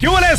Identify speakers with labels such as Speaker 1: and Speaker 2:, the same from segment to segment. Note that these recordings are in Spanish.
Speaker 1: tardes,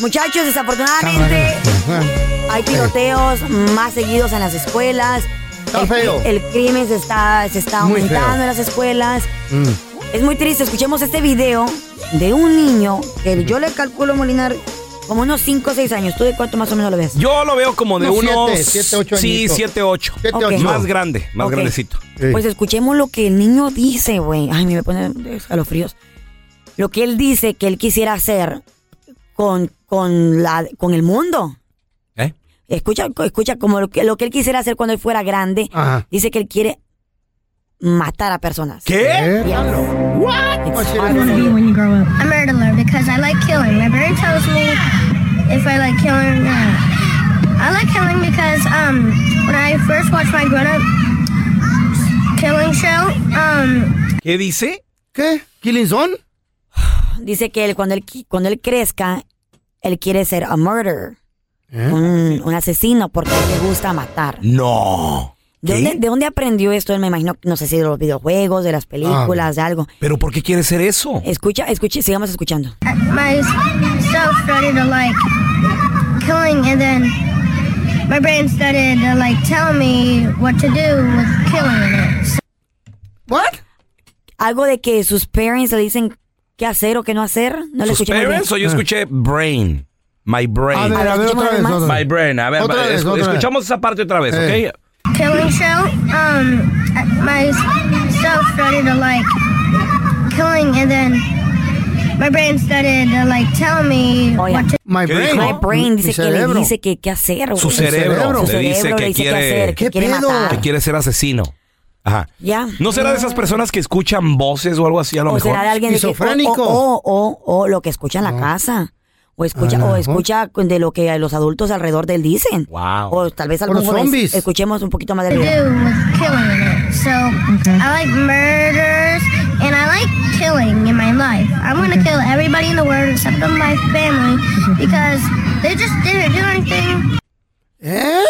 Speaker 2: Muchachos, desafortunadamente hay tiroteos más seguidos en las escuelas.
Speaker 3: Está
Speaker 2: el,
Speaker 3: feo.
Speaker 2: el crimen se está, se está
Speaker 3: Muy feo.
Speaker 2: aumentando en las escuelas.
Speaker 3: Mm.
Speaker 2: Es muy triste. Escuchemos este video de un niño que yo le calculo, Molinar, como unos 5 o 6 años. ¿Tú de cuánto más o menos lo ves?
Speaker 4: Yo lo veo como de
Speaker 3: Unos siete,
Speaker 4: unos.
Speaker 3: siete, ocho
Speaker 4: Sí,
Speaker 3: añitos.
Speaker 4: 7, 8.
Speaker 3: Siete,
Speaker 2: Ok.
Speaker 3: ocho.
Speaker 4: Más grande, más
Speaker 2: Ok.
Speaker 4: grandecito.
Speaker 3: Ey.
Speaker 2: Pues escuchemos lo que el niño dice, güey. Ay, me ponen escalofríos. Lo que él dice que él quisiera hacer con, con, la, con el mundo.
Speaker 4: ¿Eh?
Speaker 2: Escucha, escucha como lo que, lo que él quisiera hacer cuando él fuera grande.
Speaker 3: Ajá.
Speaker 2: Dice que él quiere matar a personas.
Speaker 3: ¿Eh?
Speaker 2: It's
Speaker 3: Oye,
Speaker 2: hard.
Speaker 5: be when you grow up? A murderer because I like killing. My brain tells me if I like killing or not. I like killing because um, when I first watched my grown up killing show, um,
Speaker 4: ¿Qué dice?
Speaker 3: ¿Qué? ¿Killing Zone?
Speaker 2: Dice que él cuando, él qui- cuando él crezca, él quiere ser a murderer.
Speaker 3: ¿Eh?
Speaker 2: Un, un asesino porque a él le gusta matar.
Speaker 4: No.
Speaker 2: ¿De
Speaker 4: ¿Qué?
Speaker 2: dónde, de dónde aprendió esto? Él me imagino, no sé si de los videojuegos, de las películas, de algo.
Speaker 4: ¿Pero por qué quiere ser eso?
Speaker 2: Escucha, escucha, sigamos escuchando.
Speaker 5: I- myself started to like killing, and then my brain started to like tell me what to do with killing it. So
Speaker 3: ¿What?
Speaker 2: Algo de que sus parents le dicen qué hacer o qué no hacer. No lo
Speaker 4: ¿Sus
Speaker 2: escuché muy bien.
Speaker 4: parents o yo escuché brain?
Speaker 3: Ah.
Speaker 4: My
Speaker 3: A
Speaker 4: brain.
Speaker 3: ver, a ver, otra vez.
Speaker 2: más.
Speaker 3: otra
Speaker 4: My
Speaker 3: vez.
Speaker 4: brain. A ver,
Speaker 3: Otra
Speaker 4: va-
Speaker 3: vez,
Speaker 4: escu-
Speaker 3: otra vez.
Speaker 4: escuchamos esa parte otra vez,
Speaker 3: Eh.
Speaker 4: ¿ok?
Speaker 5: killing show. Um, I- myself started to like killing, and then my brain started to like tell me
Speaker 2: Oiga.
Speaker 5: what to
Speaker 3: My
Speaker 4: ¿Qué
Speaker 3: brain.
Speaker 4: dijo?
Speaker 2: My brain
Speaker 3: Mi-
Speaker 2: dice
Speaker 3: mi
Speaker 2: que
Speaker 3: cerebro.
Speaker 2: le dice que qué hacer. güey.
Speaker 4: Su cerebro,
Speaker 2: Su
Speaker 4: le dice
Speaker 2: cerebro
Speaker 4: que
Speaker 2: le dice qué
Speaker 4: quiere-
Speaker 2: hacer, que
Speaker 3: ¿Qué
Speaker 2: quiere
Speaker 3: pedo?
Speaker 4: Que
Speaker 2: matar.
Speaker 4: quiere ser asesino. Ajá.
Speaker 2: Ya.
Speaker 4: ¿No será de esas personas que escuchan voces o algo así a lo
Speaker 2: o
Speaker 4: mejor?
Speaker 2: será de alguien de que, o,
Speaker 3: Esquizofrénico.
Speaker 2: o, o, o, o lo que escucha en la casa. O escucha,
Speaker 3: A lo
Speaker 2: o
Speaker 3: mejor.
Speaker 2: escucha de lo que los adultos alrededor de él dicen.
Speaker 4: Wow.
Speaker 2: O tal vez
Speaker 3: O
Speaker 2: algún
Speaker 3: los
Speaker 2: joven-
Speaker 3: zombies.
Speaker 2: Escuchemos un poquito más del
Speaker 5: do
Speaker 2: video.
Speaker 5: with killing it. So I like murders, and I like killing in my life. I'm gonna kill everybody in the world except for my family because they just didn't do anything.
Speaker 3: ¿Eh?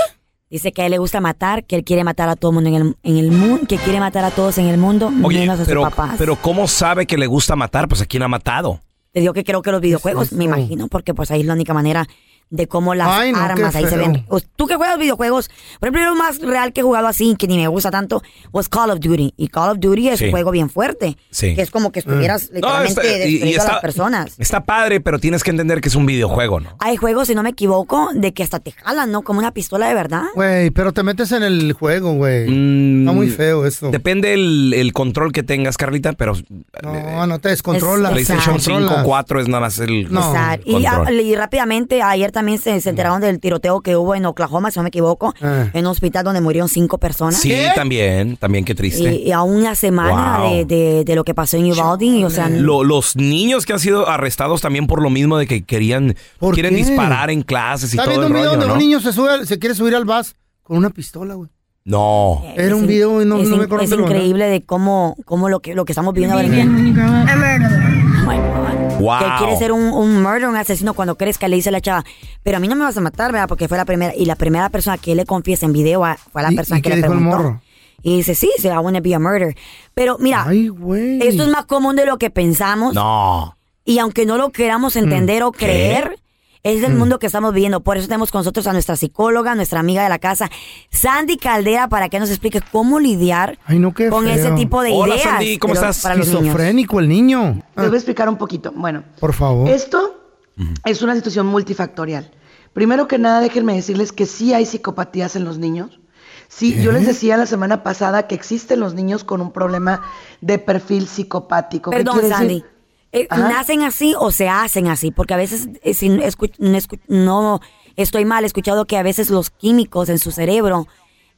Speaker 2: Dice que a él le gusta matar, que él quiere matar a todo el mundo en el, en el mundo, que quiere matar a todos en el mundo,
Speaker 4: Oye,
Speaker 2: menos a
Speaker 4: pero,
Speaker 2: sus papás.
Speaker 4: pero ¿cómo sabe que le gusta matar? Pues a quién ha matado.
Speaker 2: Te digo que creo que los videojuegos, me
Speaker 3: eso?
Speaker 2: imagino, porque pues ahí es la única manera de cómo las
Speaker 3: Ay, no, qué
Speaker 2: armas ahí se
Speaker 3: feo.
Speaker 2: ven. O- Tú que juegas videojuegos, por ejemplo, yo lo más real que he jugado así, que ni me gusta tanto, was Call of Duty. Y Call of Duty es
Speaker 4: Sí.
Speaker 2: un juego bien fuerte.
Speaker 4: Sí. Mm.
Speaker 2: Que es como que estuvieras
Speaker 4: No,
Speaker 2: literalmente
Speaker 4: está- y- y
Speaker 2: destruyendo a
Speaker 4: está-
Speaker 2: las personas.
Speaker 4: Está padre, pero tienes que entender que es un videojuego, ¿no?
Speaker 2: Hay juegos, si no me equivoco, de que hasta te jalan, ¿no? Como una pistola de verdad.
Speaker 3: Güey, pero te metes en el juego, güey.
Speaker 4: Mm,
Speaker 3: Está muy feo esto.
Speaker 4: Depende el, el control que tengas, Carlita, pero
Speaker 3: No, no te descontrola.
Speaker 2: Es-
Speaker 4: PlayStation
Speaker 2: exacto.
Speaker 4: 5, 4 es nada más el
Speaker 3: No.
Speaker 2: Exacto. Y,
Speaker 4: Oh,
Speaker 2: ah,
Speaker 4: control.
Speaker 2: a- y rápidamente, ayer también se, se enteraron del tiroteo que hubo en Oklahoma, si no me equivoco,
Speaker 3: Ah.
Speaker 2: en un hospital donde murieron cinco personas.
Speaker 4: Sí, también, también, qué
Speaker 2: Y,
Speaker 4: triste.
Speaker 2: y a una semana
Speaker 4: Wow.
Speaker 2: de, de- de lo que pasó en Uvalde, o sea,
Speaker 4: Lo- los niños que han sido arrestados también por lo mismo de que querían,
Speaker 3: ¿Por
Speaker 4: quieren
Speaker 3: qué?
Speaker 4: disparar en clases y
Speaker 3: Está
Speaker 4: todo
Speaker 3: viendo
Speaker 4: el
Speaker 3: un video
Speaker 4: rollo,
Speaker 3: donde
Speaker 4: ¿no?
Speaker 3: un niño se, sube, al- se quiere subir al bus con una pistola, güey.
Speaker 4: No.
Speaker 2: es
Speaker 3: Era un
Speaker 2: in-
Speaker 3: video y no,
Speaker 2: es,
Speaker 3: no
Speaker 2: in-
Speaker 3: me acuerdo
Speaker 2: es
Speaker 3: dónde lo mandé.
Speaker 2: increíble de cómo, cómo lo, que, lo que estamos viviendo ahora en día.
Speaker 5: a murderer.
Speaker 2: Oh my God.
Speaker 4: Wow.
Speaker 2: Que él quiere ser un, un murder, un asesino cuando crezca, le dice a la chava, pero a mí no me vas a matar, ¿verdad? Porque fue la primera, y la primera persona que él le confiesa en video a- fue a la
Speaker 3: ¿Y-
Speaker 2: persona
Speaker 3: y
Speaker 2: que
Speaker 3: qué
Speaker 2: le
Speaker 3: dijo el
Speaker 2: preguntó.
Speaker 3: morro?
Speaker 2: Y dice, sí, se I wanna be a murder. Pero mira,
Speaker 3: Ay, güey.
Speaker 2: esto es más común de lo que pensamos.
Speaker 4: No. Mm.
Speaker 2: Y aunque no lo queramos entender o creer, es el mundo que estamos viviendo. Por eso tenemos con nosotros a nuestra psicóloga, nuestra amiga de la casa, Sandy Caldera, para que nos explique cómo lidiar
Speaker 3: Ay, no, qué
Speaker 2: con
Speaker 3: feo.
Speaker 2: ese tipo de
Speaker 4: Hola,
Speaker 2: ideas.
Speaker 4: Sandy, ¿cómo
Speaker 2: de los-
Speaker 4: estás?
Speaker 2: Para los niños.
Speaker 3: Esquizofrénico el niño. Ah,
Speaker 6: Les voy a explicar un poquito. Bueno,
Speaker 3: Por favor.
Speaker 6: esto es una situación multifactorial. Primero que nada, déjenme decirles que sí hay psicopatías en los niños. Sí, yo les decía la semana pasada que existen los niños con un problema de perfil psicopático. ¿Qué
Speaker 2: Perdón,
Speaker 6: quiere decir?
Speaker 2: Sandy. Eh,
Speaker 6: Ajá.
Speaker 2: ¿Nacen así o se hacen así? Porque a veces, eh, si no escu- no escu- no estoy mal, he escuchado que a veces los químicos en su cerebro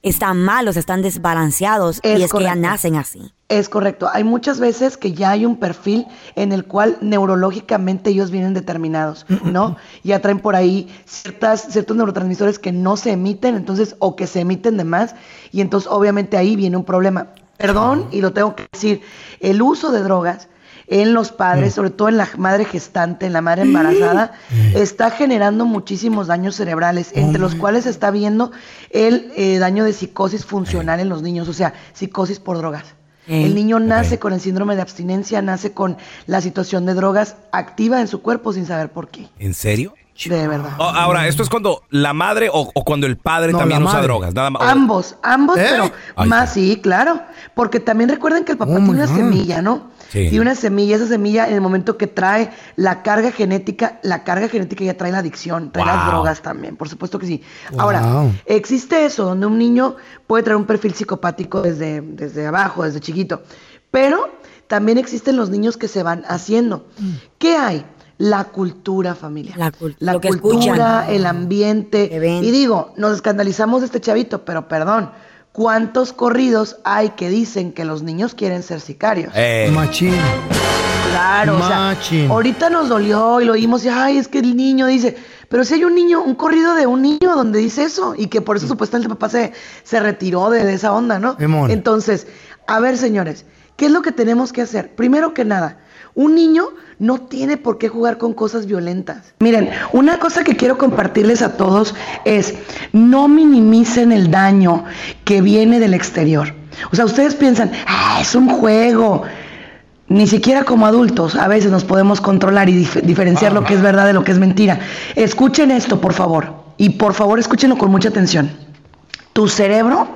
Speaker 2: están malos, están desbalanceados
Speaker 6: Es
Speaker 2: y es que
Speaker 6: correcto.
Speaker 2: ya nacen así.
Speaker 6: Es correcto. Hay muchas veces que ya hay un perfil en el cual neurológicamente ellos vienen determinados, ¿no? Ya traen por ahí ciertas, ciertos neurotransmisores que no se emiten, entonces, o que se emiten de más, y entonces obviamente ahí viene un problema. Perdón, y lo tengo que decir, el uso de drogas en los padres, sobre todo en la madre gestante, en la madre embarazada, está generando muchísimos daños cerebrales, entre los cuales se está viendo el eh, daño de psicosis funcional en los niños, o sea, psicosis por drogas.
Speaker 2: Ey.
Speaker 6: El niño nace con el síndrome de abstinencia, nace con la situación de drogas activa en su cuerpo sin saber por qué.
Speaker 4: ¿En serio?
Speaker 6: De verdad.
Speaker 4: O- ahora, esto es cuando la madre o, o cuando el padre
Speaker 3: No,
Speaker 4: también
Speaker 3: la
Speaker 4: usa
Speaker 3: madre.
Speaker 4: drogas. Nada más.
Speaker 6: Ambos, ambos,
Speaker 3: ¿Eh?
Speaker 6: pero
Speaker 4: Ahí
Speaker 6: más sí, claro. Porque también recuerden que el papá
Speaker 3: Oh,
Speaker 6: tiene
Speaker 3: my
Speaker 6: una
Speaker 3: God.
Speaker 6: semilla, ¿no?
Speaker 4: Sí.
Speaker 6: Tiene una semilla, esa semilla en el momento que trae la carga genética, la carga genética ya trae la adicción, trae las
Speaker 4: Wow.
Speaker 6: drogas también, por supuesto que sí.
Speaker 3: Wow.
Speaker 6: Ahora, existe eso, donde un niño puede traer un perfil psicopático desde, desde abajo, desde chiquito. Pero también existen los niños que se van haciendo. ¿Qué hay? La cultura, familia.
Speaker 2: La cul-
Speaker 6: La
Speaker 2: lo que
Speaker 6: cultura,
Speaker 2: escuchan.
Speaker 6: el ambiente.
Speaker 2: Que ven.
Speaker 6: Y digo, nos escandalizamos de este chavito, pero perdón, ¿cuántos corridos hay que dicen que los niños quieren ser sicarios?
Speaker 4: Eh,
Speaker 3: Machín.
Speaker 6: Claro, o sea,
Speaker 3: Machín.
Speaker 6: ahorita nos dolió y lo oímos y ay, es que el niño dice, pero si hay un niño, un corrido de un niño donde dice eso y que
Speaker 3: Mm.
Speaker 6: por eso supuestamente el papá se, se retiró de, de esa onda, ¿no?
Speaker 3: Simón.
Speaker 6: Entonces, a ver, señores, ¿qué es lo que tenemos que hacer? Primero que nada, un niño no tiene por qué jugar con cosas violentas. Miren, una cosa que quiero compartirles a todos es no minimicen el daño que viene del exterior. O sea, ustedes piensan, ah, es un juego. Ni siquiera como adultos a veces nos podemos controlar y dif- diferenciar lo que es verdad de lo que es mentira. Escuchen esto, por favor. Y por favor, escúchenlo con mucha atención. Tu cerebro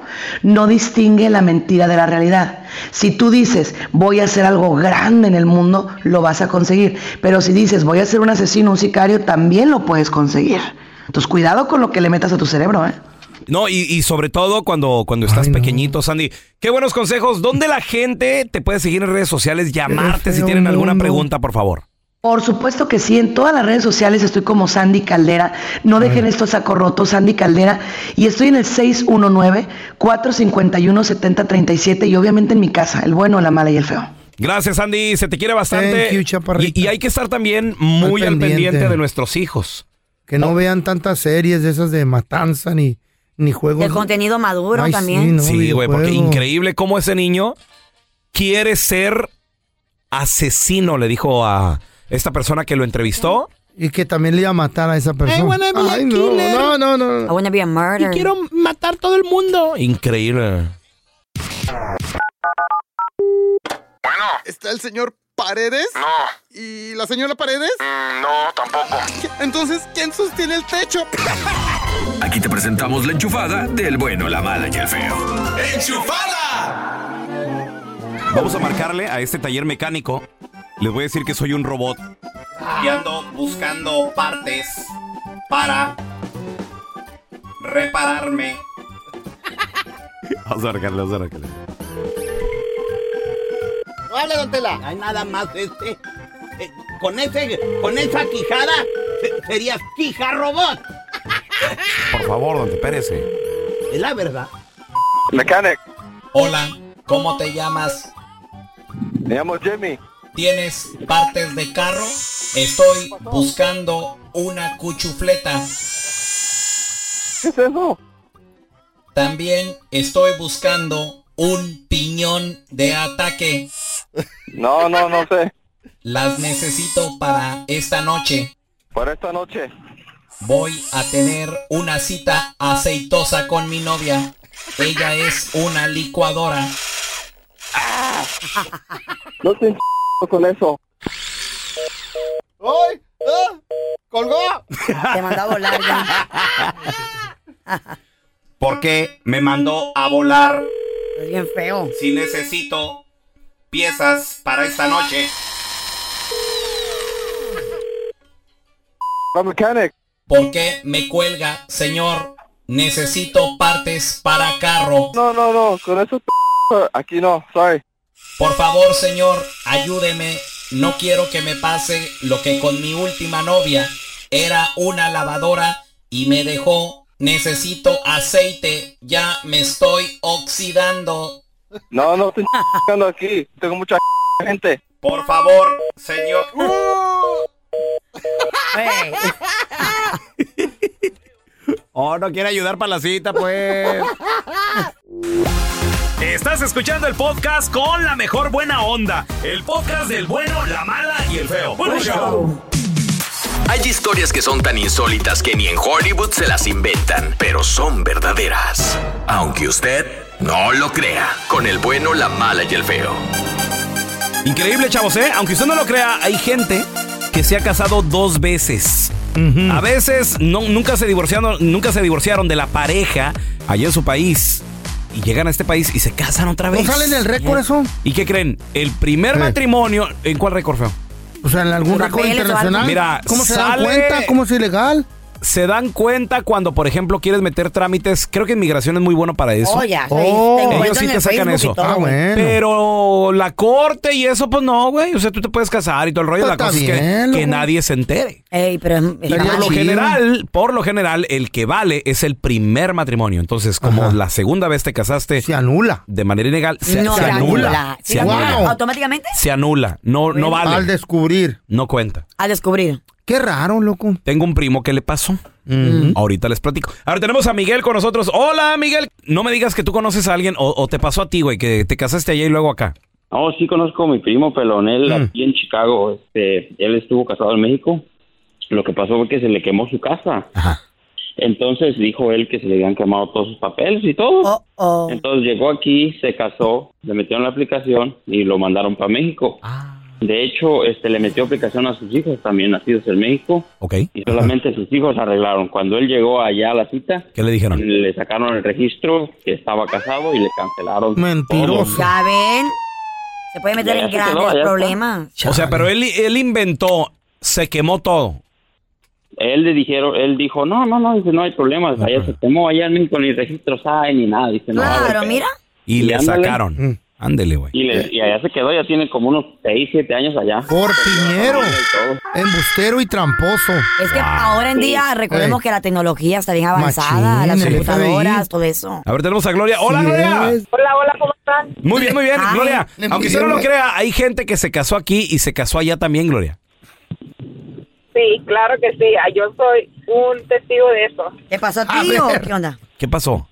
Speaker 6: no distingue la mentira de la realidad. Si tú dices, voy a hacer algo grande en el mundo, lo vas a conseguir. Pero si dices, voy a ser un asesino, un sicario, también lo puedes conseguir. Entonces, cuidado con lo que le metas a tu cerebro, ¿eh?
Speaker 4: no, y, y sobre todo cuando, cuando estás pequeñito, Sandy. Qué buenos consejos. ¿Dónde la gente te puede seguir en redes sociales? Llamarte si
Speaker 3: feo
Speaker 4: tienen alguna
Speaker 3: mundo.
Speaker 4: pregunta, por favor.
Speaker 6: Por supuesto que sí, en todas las redes sociales estoy como Sandy Caldera. No dejen esto a saco roto, Sandy Caldera. Y estoy en el 619-451-7037 y obviamente en mi casa, el bueno, la mala y el feo.
Speaker 4: Gracias, Andy. Se te quiere bastante.
Speaker 3: Thank you, chaparrita.
Speaker 4: y, y hay que estar también muy
Speaker 3: Al
Speaker 4: al pendiente.
Speaker 3: pendiente
Speaker 4: de nuestros hijos.
Speaker 3: Que no vean tantas series de esas de matanza ni, ni juegos.
Speaker 2: El contenido maduro
Speaker 3: Pues Ay, sí,
Speaker 2: también.
Speaker 3: no,
Speaker 4: sí, güey, porque
Speaker 3: videojuegos.
Speaker 4: increíble cómo ese niño quiere ser asesino, le dijo a esta persona que lo entrevistó.
Speaker 3: Y que también le iba a matar a esa persona.
Speaker 4: I wanna be a
Speaker 3: Ay, no,
Speaker 4: killer.
Speaker 3: no, no, no,
Speaker 2: I wanna be a murderer.
Speaker 4: matar todo el mundo. Increíble.
Speaker 7: ¿Está el señor Paredes? No. ¿Y la señora Paredes? no, tampoco. Entonces, ¿quién sostiene el techo?
Speaker 8: Aquí te presentamos la enchufada del bueno, la mala y el feo.
Speaker 4: Vamos a marcarle a este taller mecánico. Les voy a decir que soy un robot. Y ando buscando partes para repararme. Vamos a marcarle, vamos a marcarle.
Speaker 9: Hola, don Tela. Hay nada más este. eh, con ese, con esa quijada, se- serías quija robot.
Speaker 4: Por favor, donde perece.
Speaker 9: Es la verdad.
Speaker 10: Mechanic,
Speaker 9: Hola, ¿cómo te llamas?
Speaker 10: me llamo Jimmy.
Speaker 9: ¿Tienes partes de carro? Estoy buscando una cuchufleta.
Speaker 10: ¿Qué es eso?
Speaker 9: También estoy buscando un piñón de ataque.
Speaker 10: No, no, no sé.
Speaker 9: Las necesito para esta noche.
Speaker 10: Para esta noche.
Speaker 9: Voy a tener una cita aceitosa con mi novia. Ella es una licuadora.
Speaker 10: No te con eso.
Speaker 7: ¡Ay! ¡Ah! ¡Colgó!
Speaker 2: Te mandó a volar. ya.
Speaker 4: ¿Por qué me mandó a volar
Speaker 2: Es bien feo.
Speaker 4: si necesito piezas para esta noche?
Speaker 10: No, Mechanic.
Speaker 9: ¿Por qué me cuelga, señor? Necesito partes para carro.
Speaker 10: No, no, no. Con eso aquí no. Sorry.
Speaker 9: Por favor, señor, ayúdeme. No quiero que me pase lo que con mi última novia. Era una lavadora y me dejó
Speaker 11: Necesito aceite, ya me estoy oxidando.
Speaker 10: No, no estoy buscando aquí. Tengo mucha gente.
Speaker 4: Por favor, señor. Uh. Oh, no quiere ayudar para la cita, pues.
Speaker 1: Estás escuchando el podcast con la mejor buena onda. El podcast del bueno, la mala y el feo. Bueno, show.
Speaker 8: Hay historias que son tan insólitas que ni en Hollywood se las inventan, pero son verdaderas. Aunque usted no lo crea, con el bueno, la mala y el feo.
Speaker 4: Increíble, chavos, ¿eh? Aunque usted no lo crea, hay gente que se ha casado dos veces. A veces no- nunca, se divorciaron, nunca se divorciaron de la pareja allá en su país. Y llegan a este país y se casan otra vez.
Speaker 3: ¿No sale en el récord eso?
Speaker 4: ¿Y qué creen? El primer matrimonio. ¿En cuál récord, feo?
Speaker 3: O sea, en algún récord internacional.
Speaker 4: Mira,
Speaker 3: ¿Cómo se dan
Speaker 4: sale-
Speaker 3: cuenta? ¿Cómo es ilegal?
Speaker 4: Se dan cuenta cuando, por ejemplo, quieres meter trámites. Creo que inmigración es muy bueno para eso.
Speaker 2: Oh, ya, sí, te encuentran
Speaker 4: Ellos sí
Speaker 2: en
Speaker 4: te
Speaker 2: el
Speaker 4: sacan
Speaker 2: Facebook y
Speaker 4: eso.
Speaker 2: todo, Ah, güey. bueno.
Speaker 4: Pero la corte y eso, pues no, güey. O sea, tú te puedes casar y todo el rollo.
Speaker 2: Pues
Speaker 4: La
Speaker 2: está
Speaker 4: cosa
Speaker 2: bien,
Speaker 4: es que,
Speaker 2: loco.
Speaker 4: que nadie se entere.
Speaker 2: Ey, pero es-
Speaker 4: Y
Speaker 2: está
Speaker 4: por lo
Speaker 2: mal.
Speaker 4: general, por lo general, el que vale es el primer matrimonio. Entonces, como la segunda vez te casaste. Se
Speaker 3: anula.
Speaker 4: De manera ilegal. Se,
Speaker 2: no,
Speaker 4: se anula.
Speaker 2: Sí,
Speaker 4: Se
Speaker 2: no,
Speaker 4: anula.
Speaker 2: Automáticamente
Speaker 4: Se anula. No, no vale.
Speaker 3: Al descubrir.
Speaker 4: No cuenta.
Speaker 2: a descubrir.
Speaker 3: Qué raro, loco.
Speaker 4: Tengo un primo que le pasó. Ahorita les platico. Ahora tenemos a Miguel con nosotros. Hola, Miguel. No me digas que tú conoces a alguien o, o te pasó a ti, güey, que te casaste allá y luego acá.
Speaker 12: No, sí conozco a mi primo Pelonel aquí en Chicago. Este, él estuvo casado en México. Lo que pasó fue que se le quemó su casa. Entonces dijo él que se le habían quemado todos sus papeles y todo. Entonces llegó aquí, se casó, le metieron la aplicación y lo mandaron para México. De hecho, este le metió aplicación a sus hijos también nacidos en México. Y solamente sus hijos arreglaron. Cuando él llegó allá a la cita,
Speaker 4: ¿Qué le dijeron?
Speaker 12: Le sacaron el registro que estaba casado y le cancelaron. todo.
Speaker 2: Ya ven, se puede meter
Speaker 12: Ya
Speaker 2: en
Speaker 12: se quedó, ya
Speaker 2: grandes
Speaker 12: está.
Speaker 2: problemas.
Speaker 4: O sea, pero él, él inventó, se quemó todo.
Speaker 12: Él le dijeron, él dijo, no, no, no, dice, no hay problema, allá se quemó, allá en México ni registros hay ni nada, dice, no.
Speaker 2: Claro,
Speaker 12: vale,
Speaker 2: mira.
Speaker 4: Y,
Speaker 12: Y
Speaker 4: le
Speaker 12: ándale.
Speaker 4: sacaron. Ándele, güey.
Speaker 12: Y, le- y allá se quedó, ya tiene como unos 6, 7 años allá.
Speaker 3: Por piñero. Embustero y tramposo.
Speaker 2: Es que ahora en día recordemos que la tecnología está bien avanzada,
Speaker 3: Machín,
Speaker 2: las
Speaker 3: el
Speaker 2: computadoras,
Speaker 3: FBI.
Speaker 2: todo eso.
Speaker 4: A ver, tenemos a Gloria. Hola,
Speaker 2: Sí
Speaker 4: Gloria.
Speaker 13: Hola, hola, ¿cómo están?
Speaker 4: Muy bien, muy bien,
Speaker 13: Ay,
Speaker 4: Gloria.
Speaker 13: le
Speaker 4: Aunque
Speaker 13: pidió
Speaker 4: usted no lo
Speaker 13: la-
Speaker 4: crea, hay gente que se casó aquí y se casó allá también, Gloria.
Speaker 13: Sí, claro que sí. Ah, Yo soy un testigo de eso.
Speaker 2: ¿Qué pasó a ti o qué onda?
Speaker 4: ¿Qué pasó?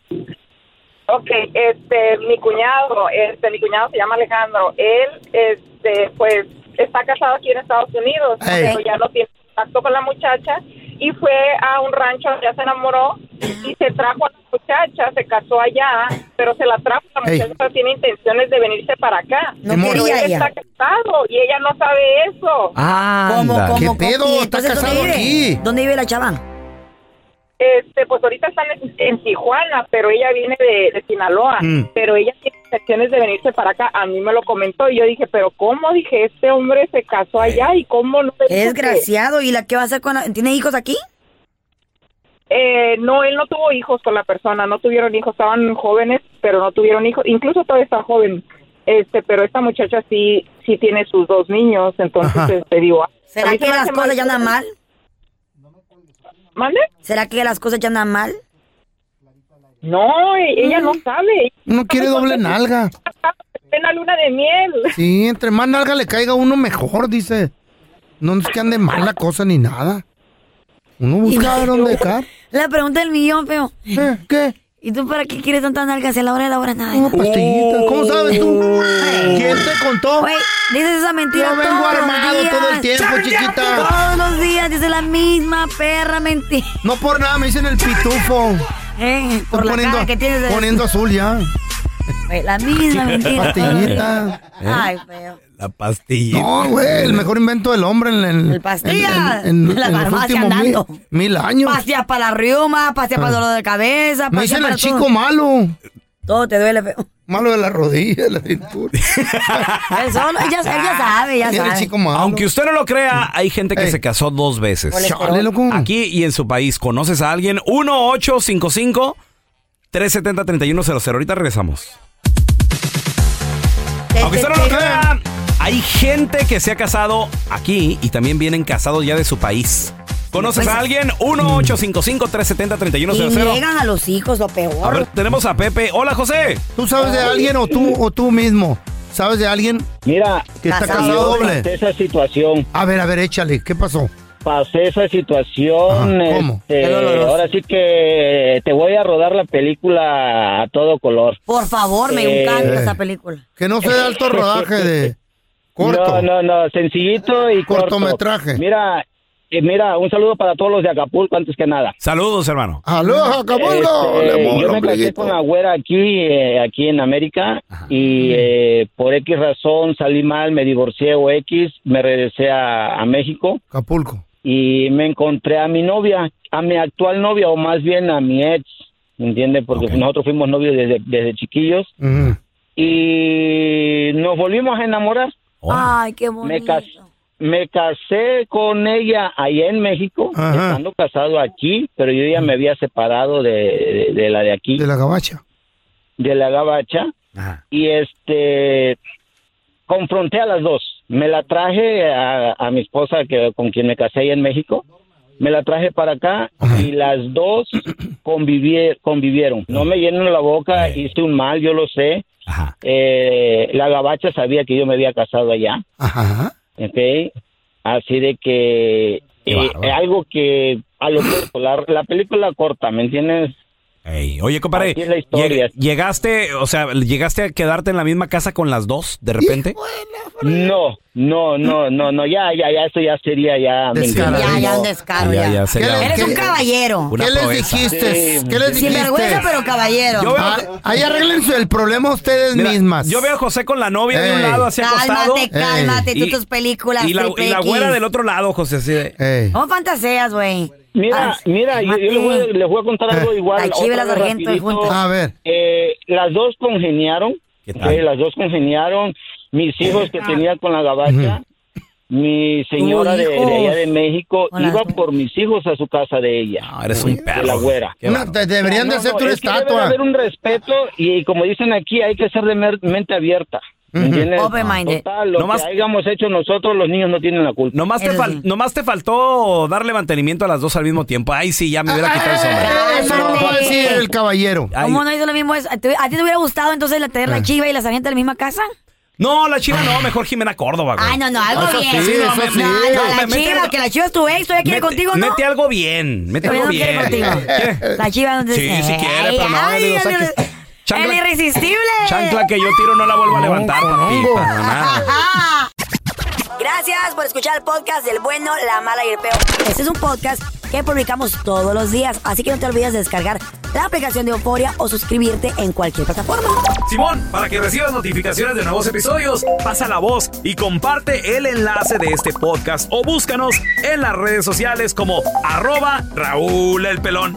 Speaker 13: Ok, este, mi cuñado, este, mi cuñado se llama Alejandro. Él, este, pues, está casado aquí en Estados Unidos,
Speaker 14: Ey.
Speaker 13: pero ya no tiene contacto con la muchacha y fue a un rancho, ya se enamoró y se trajo a la muchacha, se casó allá, pero se la trajo, la
Speaker 14: Ey.
Speaker 13: muchacha tiene intenciones de venirse para acá.
Speaker 2: No
Speaker 13: pero
Speaker 2: quería
Speaker 13: él
Speaker 2: ella.
Speaker 13: está casado y ella no sabe eso.
Speaker 4: Ah,
Speaker 2: ¿Y entonces dónde vive? ¿Dónde vive la chava?
Speaker 13: Este, pues ahorita están en, en Tijuana, pero ella viene de, de Sinaloa,
Speaker 2: Mm.
Speaker 13: pero ella tiene intenciones de venirse para acá. A mí me lo comentó y yo dije, pero ¿cómo? Dije, este hombre se casó allá y ¿cómo no? me
Speaker 2: Qué
Speaker 13: dijo que-
Speaker 2: desgraciado. ¿Y la qué va a hacer con la... ¿Tiene hijos aquí?
Speaker 13: Eh, no, él no tuvo hijos con la persona, no tuvieron hijos, estaban jóvenes, pero no tuvieron hijos, incluso todavía está joven. Este, pero esta muchacha sí, sí tiene sus dos niños, entonces este, digo, ah, a
Speaker 2: ¿Será
Speaker 13: mí se
Speaker 2: que
Speaker 13: me
Speaker 2: las
Speaker 13: hace
Speaker 2: cosas
Speaker 13: mal.
Speaker 2: ya andan mal?
Speaker 13: ¿Mande?
Speaker 2: ¿Será que las cosas ya andan mal?
Speaker 13: No, e- ella no sabe.
Speaker 3: Uno quiere doble nalga.
Speaker 13: Plena luna de miel.
Speaker 3: Sí, entre más nalga le caiga uno mejor, dice. No es que ande mal la cosa ni nada. Uno busca dónde caer. Eh,
Speaker 2: La pregunta del millón, feo.
Speaker 3: ¿Qué?
Speaker 2: ¿Y tú para qué quieres tantas nalgas si a la hora de la hora nada?
Speaker 3: pastillitas. ¿Cómo sabes tú? ¿Quién te contó?
Speaker 2: dices esa mentira
Speaker 3: Yo vengo
Speaker 2: todos los
Speaker 3: armado
Speaker 2: días.
Speaker 3: todo el tiempo, chiquita.
Speaker 2: Todos los días dices la misma perra mentira.
Speaker 3: No por nada me dicen el pitufo.
Speaker 2: Eh, por la
Speaker 3: poniendo,
Speaker 2: cara que tienes. de-
Speaker 3: poniendo azul ya.
Speaker 2: Güey, La misma mentira.
Speaker 3: Pastillita. ¿Eh?
Speaker 2: Ay, feo.
Speaker 4: La pastilla.
Speaker 3: No, güey, el mejor invento del hombre en, en-
Speaker 2: El pastilla.
Speaker 3: en- en- en-
Speaker 2: La
Speaker 3: en los
Speaker 2: farmacia
Speaker 3: últimos mil-
Speaker 2: andando.
Speaker 3: Mil, años.
Speaker 2: Pastillas para la riuma, pastillas para
Speaker 3: Ah.
Speaker 2: dolor de cabeza.
Speaker 3: Me
Speaker 2: pastillas
Speaker 3: dicen
Speaker 2: para
Speaker 3: el chico
Speaker 2: todo.
Speaker 3: malo.
Speaker 2: Todo te duele, feo.
Speaker 3: Malo de la rodilla, de la cintura.
Speaker 2: Él solo, él ya, él ya sabe, ya sabe.
Speaker 4: Aunque usted no lo crea, hay gente que se casó dos veces.
Speaker 2: Colesterol.
Speaker 4: Aquí y en su país. ¿Conoces a alguien? 1-855-370-3100. Ahorita regresamos. Aunque usted no lo crea, hay gente que se ha casado aquí y también vienen casados ya de su país. ¿Conoces a alguien? 1-855-370-3100.
Speaker 2: Y niegan a los hijos, lo
Speaker 4: A ver,
Speaker 2: peor.
Speaker 4: tenemos a Pepe. Hola, José.
Speaker 3: ¿Tú sabes de alguien o tú o tú mismo? ¿Sabes de alguien?
Speaker 10: Mira,
Speaker 3: que está
Speaker 10: Casado.
Speaker 3: casado doble.
Speaker 10: Pasé esa situación.
Speaker 3: A ver, a ver, échale, ¿qué pasó?
Speaker 10: Pasé esa situación.
Speaker 3: Ajá, Ah, ¿cómo?
Speaker 10: este,
Speaker 3: Qué doloroso.
Speaker 10: ahora sí que te voy a rodar la película a todo color.
Speaker 2: Por favor, me
Speaker 10: Eh,
Speaker 2: encanta esa película.
Speaker 3: Que no sea de alto rodaje de corto.
Speaker 10: No, no, no, sencillito y corto.
Speaker 3: Cortometraje.
Speaker 10: Mira, eh, mira, un saludo para todos los de Acapulco antes que nada.
Speaker 4: Saludos, hermano.
Speaker 3: Saludos,
Speaker 10: Este, yo me casé con la güera aquí, eh, aquí en América y eh, por X razón salí mal, me divorcié o X, me regresé a, a México
Speaker 3: Acapulco.
Speaker 10: y me encontré a mi novia, a mi actual novia o más bien a mi ex, ¿me entiendes? Porque nosotros fuimos novios desde, desde chiquillos y nos volvimos a enamorar.
Speaker 2: Ay, qué
Speaker 10: Me,
Speaker 2: bonito.
Speaker 10: cas- me casé con ella allá en México, estando casado aquí, pero yo ya me había separado de, de- de la de aquí. De
Speaker 3: la gabacha.
Speaker 10: De la gabacha. Y este, confronté a las dos. Me la traje a, a mi esposa que, con quien me casé allá en México. Me la traje para acá y las dos convivie- convivieron. No me llenen la boca, hice un mal, yo lo sé. Eh, la gabacha sabía que yo me había casado allá. ¿ok? Así de que eh, eh, algo que a lo corto, la, la película corta, ¿me entiendes?
Speaker 4: Oye, compadre,
Speaker 10: Así es la
Speaker 4: lleg- llegaste, o sea, llegaste a quedarte en la misma casa con las dos de repente.
Speaker 10: No, no, no, no, no, ya, ya, ya, eso ya sería ya. ¿me entiendes?
Speaker 2: Ya, ya,
Speaker 10: No.
Speaker 2: un descaro,
Speaker 10: Ya,
Speaker 2: ya.
Speaker 10: ya, se la-
Speaker 2: Eres un caballero.
Speaker 10: Una ¿Qué les proeza. dijiste?
Speaker 3: ¿Qué les
Speaker 2: Sin
Speaker 3: dijiste?
Speaker 2: vergüenza, pero caballero.
Speaker 3: Yo veo- Ah, ahí arreglen su- el problema ustedes
Speaker 4: Mira,
Speaker 3: mismas.
Speaker 4: Yo veo a José con la novia de un
Speaker 3: Ey.
Speaker 4: lado hacia acostado.
Speaker 2: Cálmate, cálmate, tú
Speaker 4: Y-
Speaker 2: tus películas.
Speaker 4: Y la,
Speaker 2: triple
Speaker 4: y la
Speaker 2: X.
Speaker 4: güera del otro lado, José, así de-
Speaker 2: No fantaseas, güey. Ah,
Speaker 10: Mira, mira, yo, yo les, voy, a- les voy a contar
Speaker 3: Ah.
Speaker 10: algo igual.
Speaker 2: Aquí
Speaker 10: otra
Speaker 2: ve la
Speaker 10: vez
Speaker 2: sargento
Speaker 10: rapidito.
Speaker 2: juntas. A ver.
Speaker 10: Eh, las dos congeniaron.
Speaker 4: tal?
Speaker 10: ok, las dos congeniaron.
Speaker 3: Eh.
Speaker 10: Mis hijos que tenía con la gabacha. Mi señora de, de allá de
Speaker 3: hijos.
Speaker 10: México
Speaker 3: Hola,
Speaker 10: iba por mis hijos a su casa de ella.
Speaker 4: eres un
Speaker 10: De la
Speaker 4: perro.
Speaker 10: güera.
Speaker 4: Qué bárbaro.
Speaker 3: Te- Ah, deberían de
Speaker 10: No, no,
Speaker 3: hacerte una
Speaker 10: es que debe de
Speaker 3: estatua.
Speaker 10: haber un respeto y, como dicen aquí, hay que ser de mer- mente abierta. ¿me
Speaker 4: Ujú.
Speaker 10: ¿Entiendes?
Speaker 4: Open-minded.
Speaker 10: Total, lo
Speaker 4: Nomás-
Speaker 10: que hayamos hecho nosotros, los niños no tienen la culpa.
Speaker 4: Nomás te, fal- nomás te faltó darle mantenimiento a las dos al mismo tiempo. Ay, sí, ya me hubiera quitado el sombrero.
Speaker 3: Eso no va a decir el caballero.
Speaker 4: Ay.
Speaker 2: ¿Cómo no hizo lo mismo? eso? ¿A ti a ti te hubiera gustado entonces la- tener la chiva y la sargento en la misma casa?
Speaker 4: No, la chiva no, mejor Jimena Córdoba, güey.
Speaker 2: Ay, no, no, algo
Speaker 4: Eso
Speaker 2: bien.
Speaker 4: sí,
Speaker 2: no,
Speaker 4: eso
Speaker 2: no,
Speaker 4: sí.
Speaker 2: no, no, la
Speaker 4: Me- mete-
Speaker 2: chiva, que la chiva es tu ex, todavía quiere
Speaker 4: mete-
Speaker 2: contigo, ¿no?
Speaker 4: Mete algo bien, mete
Speaker 2: Todavía
Speaker 4: algo
Speaker 2: no quiere
Speaker 4: bien.
Speaker 2: contigo. La chiva no te
Speaker 4: Sí, sí
Speaker 2: Ay,
Speaker 4: quiere, pero no,
Speaker 2: ay,
Speaker 4: le digo,
Speaker 2: el-
Speaker 4: saques-
Speaker 2: el-
Speaker 4: Chancla-
Speaker 2: El irresistible.
Speaker 4: Chancla que yo tiro no la vuelvo a levantar, papi. para nada.
Speaker 2: Gracias por escuchar el podcast del bueno, la mala y el peor. Este es un podcast que publicamos todos los días, así que no te olvides de descargar la aplicación de Euforia o suscribirte en cualquier plataforma.
Speaker 1: Simón, para que recibas notificaciones de nuevos episodios, pasa la voz y comparte el enlace de este podcast o búscanos en las redes sociales como arroba Raúl el Pelón.